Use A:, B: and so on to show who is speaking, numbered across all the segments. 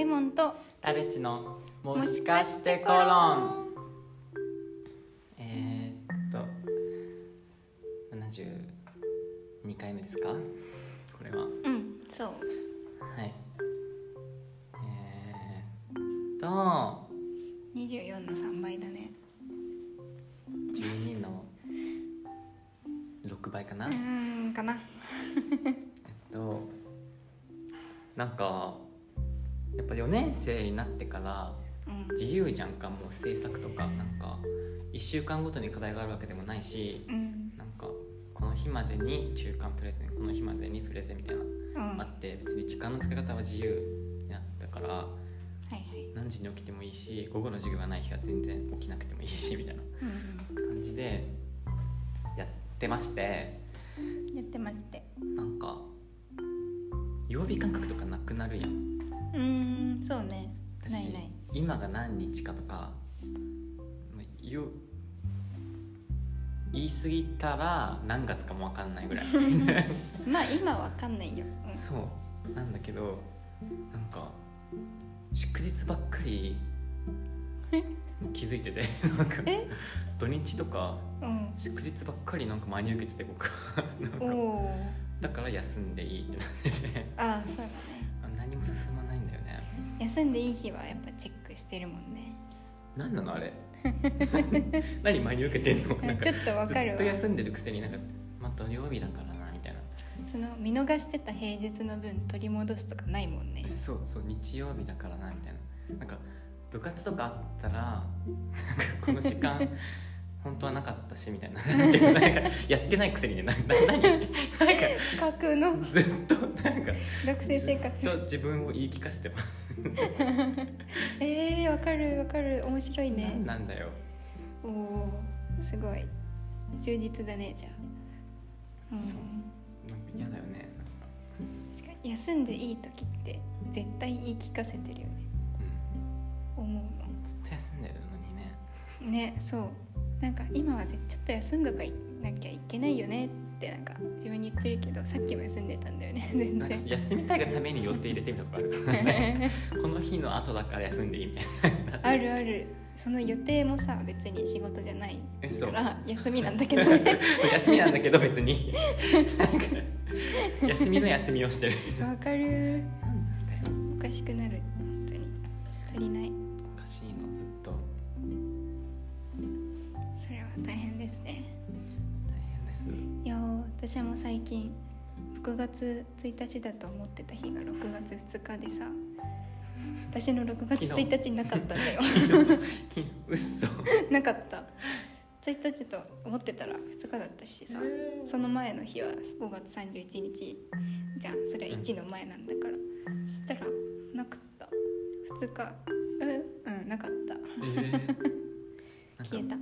A: キャベツのもしかしてコロンえー、っと72回目ですかこれはは
B: うんそう
A: いえー、っと
B: 24の3倍だね
A: 12の6倍かな
B: う
A: えっ
B: ーんかな
A: となんかやっぱ4年生になってから
B: うん
A: 自由じゃんかもう制作とかなんか1週間ごとに課題があるわけでもないし
B: うん
A: なんかこの日までに中間プレゼンこの日までにプレゼンみたいな
B: うんは
A: あって別に時間の使い方は自由になったから
B: いはい
A: 何時に起きてもいいし午後の授業がない日は全然起きなくてもいいしみたいな
B: うん
A: 感じでやってまして
B: うんやってますって
A: なんか曜日感覚とかなくなるやん
B: うーんそうね
A: 私
B: ないない
A: 今が何日かとかまあよ言い過ぎたら何月かも分か んないぐらい
B: まあ今わかんないよう
A: そうなんだけどなんか祝日ばっかり気づいてて なんか
B: え
A: 土日とか
B: ん
A: 祝日ばっかりなんか真に受けてて僕は なん
B: うん
A: か
B: おお
A: だから休んでいいってなってて
B: ああそうだね
A: あ何も進まないんだよね
B: 休んでいい日はやっぱチェックしてるもんね
A: 何なのあれ 何真に受けてんのなんか
B: ちょっとわかる
A: ずっ
B: わ
A: と休んでるくせになんかまあ土曜日だからなみたいな
B: その見逃してた平日の分取り戻すとかないもんね
A: そうそう日曜日だからなみたいななんか部活とかあったらなんかこの時 間本当はなかったしみたいななんていうのなんかやってないくせにねなな何なんか
B: 架空の
A: ずっとなんか
B: 学生生
A: ずっ
B: 活
A: と自分を言い聞かせてます、
B: えー、わかるわかる面白いね
A: 何なんだよ
B: おおすごい充実だねじゃあうん
A: そうなんか嫌だよねなんか
B: 確かに休んでいい時って絶対言い聞かせてるよね
A: うん
B: 思
A: ずっと休んでるのにね
B: うのねそうなんか今はぜちょっと休んどかなきゃいけないよねってなんか自分に言ってるけどさっきも休んでたんだよね 全
A: なんか
B: 然
A: 休みたいがために予定入れてみたとかあるから ねこの日の後だから休んでいいみたいな
B: あるあるその予定もさ別に仕事じゃない
A: えそ
B: か
A: う
B: ら休みなんだけど ね
A: 休みなんだけど別になんか休みの休みをしてる
B: わかるおかしくなる本当に足りない
A: おかしいのずっと
B: それは大変ですね
A: 大変です
B: いやー私も最近6月1日だと思ってた日が6月2日でさ私の6月
A: 昨日
B: 1日なかったんだ よ
A: きうっそ
B: なかった1日と思ってたら2日だったし さその前の日は5月31日じゃんそれは1の前なんだから、そしたらなかった2日うん、うん、なかった消えた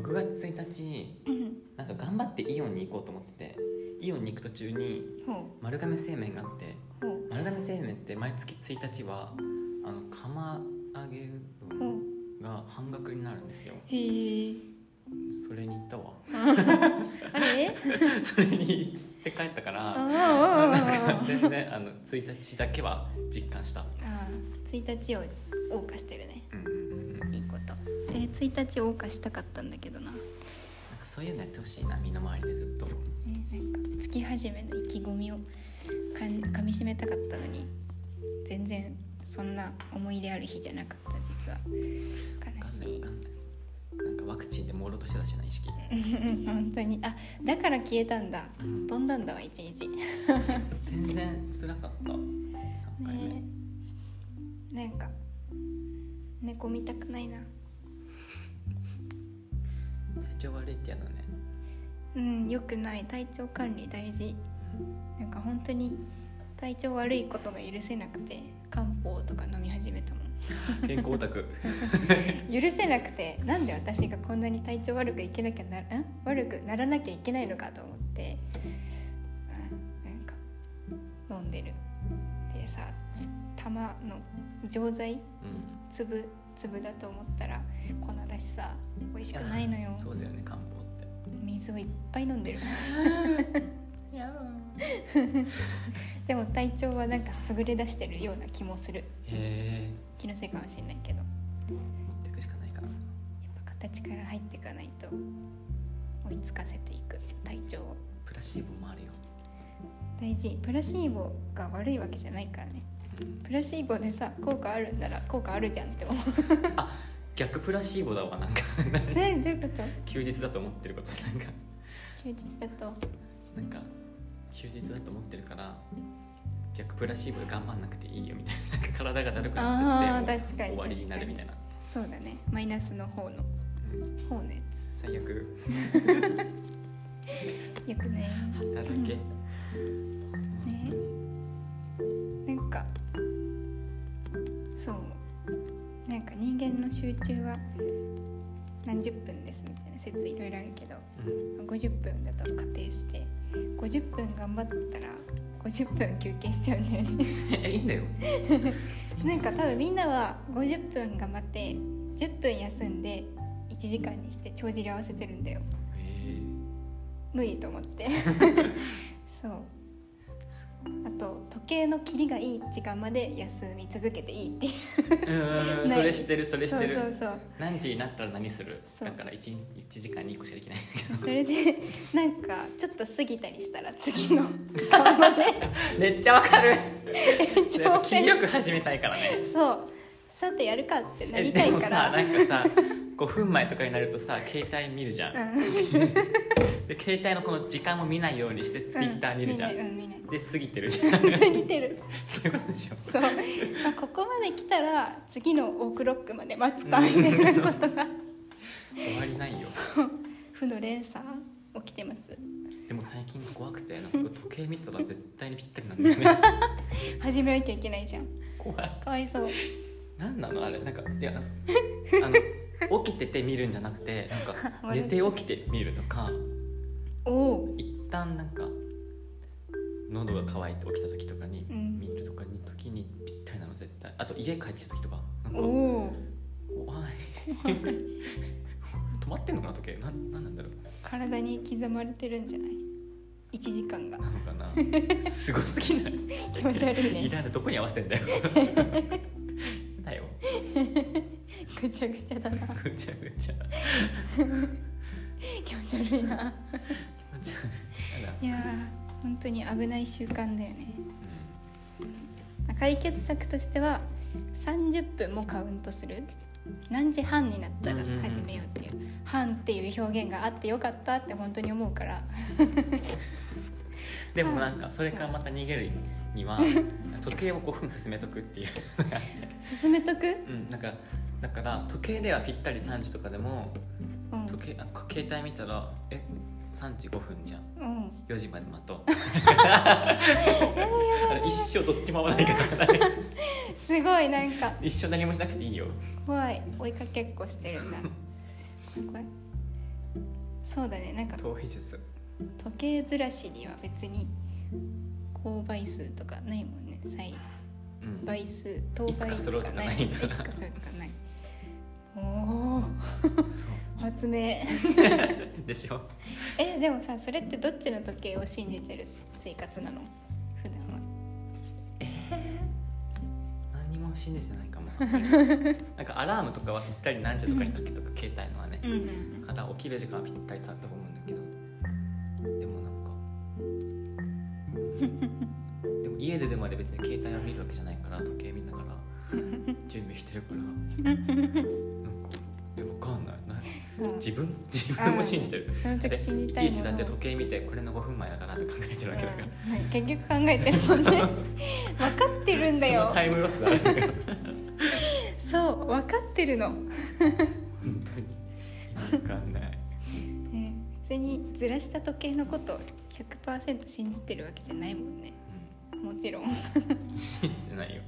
A: 6月1日
B: うん
A: なんか頑張ってイオンに行こうと思っててイオンに行く途中に
B: ほ
A: 丸亀製麺があって
B: うほう
A: 丸亀製麺って毎月1日はあの釜揚げうど
B: ほうん
A: が半額になるんですよ
B: へ え
A: それに行ったわ
B: あれ
A: それに行って帰ったから
B: あ
A: なん
B: あ
A: か全然あの1日だけは実感した。
B: ああ1日を謳歌してるね
A: うんうんうんうん。なんか
B: いいことで1日謳歌したかったんだけどな,、ね、
A: そういうのやってほしいな身の回りでずっと。
B: なんか月始めの意気込みをかんかみしめたかったのに全然そんな思い入れある日じゃなかった実は悲しい
A: わかんないわかんないなんかワクチンで朦朧としてたしな意識。
B: うん本当にあだから消えたんだ
A: うん
B: 飛んだんだわ一日ね
A: 全然辛かった。三回目。
B: なんか猫見たくないな
A: 体調悪いってやだね。
B: うんよくない体調管理大事なんか本当に体調悪いことが許せなくて漢方とか飲み始めたもん
A: 健康オ タク。
B: 許せなくてなんで私がこんなに体調悪くいけなきゃならん悪くならなきゃいけないのかと思ってあなんか飲んでるでさ玉の錠剤
A: うん。
B: 粒粒だと思ったら粉だしさ美味しくないのよ
A: そうだよね漢方っ
B: 水をいっぱい飲んでる
A: て。や
B: でも体調はなんか優れ出してるような気もする
A: へえ。
B: 気のせいかもしれないけどや
A: 持っていくしかないからさ
B: っぱ形から入っていかないと追いつかせていく体調を
A: プラシーボもあるよ、
B: 大事プラシーボが悪いわけじゃないからね
A: うん
B: プラシーボでさ効果あるんなら効果あるじゃんって思
A: 逆プラシーボだわなんか
B: う ねどういうこと
A: 休日だと思ってることなんか
B: 休日だと
A: なんか休日だと思ってるから逆プラシーボで頑張んなくていいよみたいななんか体がだるくなって
B: あー
A: き
B: 確か
A: てもう
B: に
A: 終わりになるみたいな
B: そうだねマイナスの方の
A: うん
B: 方のやつ
A: 最悪
B: よくね
A: 働け、
B: ねなんかそうなんか人間の集中は何十分ですみたいな説いろいろあるけど
A: うん
B: 50分だと仮定して50分頑張ったら50分休憩しちゃうんだよね
A: えいいんだよ
B: なんか多分みんなは50分頑張って10分休んで1時間にして帳尻合わせてるんだよ
A: え
B: 無理と思って そうあと時計のキリがいい時間まで休み続けていいっていう
A: ー、うー ん
B: ない
A: それしてるそれし
B: そ
A: て
B: う
A: る
B: そうそう
A: 何時になったら何する
B: そう
A: だから 1, 一時間に1個しかできない んだけど
B: それでなんかちょっと過ぎたりしたら次 の時間まで
A: めっちゃわ かる
B: 挑
A: 気
B: 戦
A: 力始めたいからね
B: そうさてやるかってな
A: え
B: りた
A: で
B: い
A: も
B: から
A: さなんかさ5分前とかになるとさ携帯見るじゃん、
B: うん
A: で携帯のこの時間を見ないようにしてツイッター見るじゃん、
B: うん見ない
A: で過ぎてるじゃん
B: うん見ない 過ぎてる
A: そういうことでしょ
B: そう、まあ、ここまで来たら次のオークロックまで待つかみたいなこと が
A: 終わりないよ
B: 負の連鎖起きてます
A: でも最近怖くてなんか時計見てたら絶対にぴったりなんだよね
B: 始めなきゃいけないじゃん
A: 怖い
B: かわいそう
A: 何なのあれなんかいやあの起きてて見るんじゃなくてなんか
B: 笑っ
A: 寝
B: ち
A: て
B: ゃう
A: 起きて見るとか
B: おお
A: 一旦なんか喉が渇いて起きた時とかに
B: うん
A: 見るとかに時にぴったりなの絶対あと家帰ってきた時とかなんか
B: おお
A: 怖い 止まってんのかな時計なんなんなんだろう
B: 体に刻まれてるんじゃない1時間が
A: なの かなすごすぎない
B: 気持ち悪い
A: い
B: ね
A: らんどこに合わせてんだよだよ
B: ぐちゃぐちゃだな
A: ぐちゃぐちゃ
B: 気持ち悪いな
A: 気持ち悪いやだ
B: いやー本当に危ない習慣だよね解決策としては30分もカウントする何時半になったら始めようっていう「半」っていう表現があってよかったって本当に思うから
A: うんでもなんかそれからまた逃げる には時計を5分進めとくっていう
B: 進めとく、
A: うんなんかだから時計ではぴったり3時とかでも
B: うん
A: 時計あ携帯見たらえ3時5分じゃん
B: うん、
A: 4時まで待とう あの一生どっちも合わないから
B: すごいなんか
A: 一生何もしなくていいよ
B: 怖い追いかけっこしてるんだ怖い怖いそうだねなんか
A: 逃避術
B: 時計ずらしには別に購買数とかないもんね最
A: うん
B: 倍数等
A: いつか
B: 倍
A: 揃
B: と
A: う
B: か
A: とか
B: な
A: ないい
B: い
A: から
B: つかそうとかないおお
A: そう
B: 発明
A: でしょ
B: えでもさそれってどっちの時計を信じてる生活なの普段は
A: 何も信じてないかもなんかアラームとかはぴったり何時とかにかけとく携帯のはね、
B: ん
A: から起きる時間はぴったりだと思うんだけどでもなんか でも家出るまで別に携帯を見るわけじゃないから時計見ながら準備してるからなんかえわかんないな
B: うん
A: 自分自分を信じてる
B: あーその時信じたい
A: ちい
B: も
A: ち
B: の
A: だって
B: を
A: 時計見てこれの5分前だからって考えてるわけだから、
B: うんはい結局考えてるもんね 分かってるんだ
A: そ
B: よ
A: のタイムロスだ本
B: そう分かってるの、
A: 当にわかんない
B: ね、別にずらした時計のことを100%信じてるわけじゃないもんねもちろん
A: うん 信じてないよ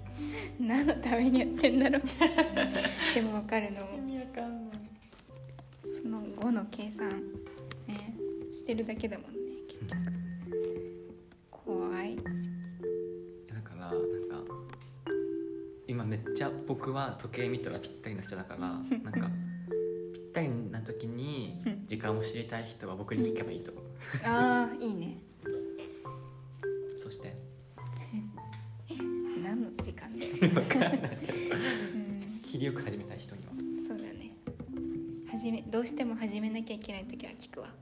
B: 何のためにやってんだろうでも分かるの
A: 味わかんない
B: その5の計算ねしてるだけだもんね結局怖い
A: だからなんか今めっちゃ僕は時計見たらぴったりの人だ からなんかぴったりな時に時間を知りたい人は僕に聞けばいいと思う
B: あーいいね
A: そして
B: 何の時間だようん
A: 切りよく始めたい人には
B: そうだね始めどうしても始めなきゃいけない時は聞くわ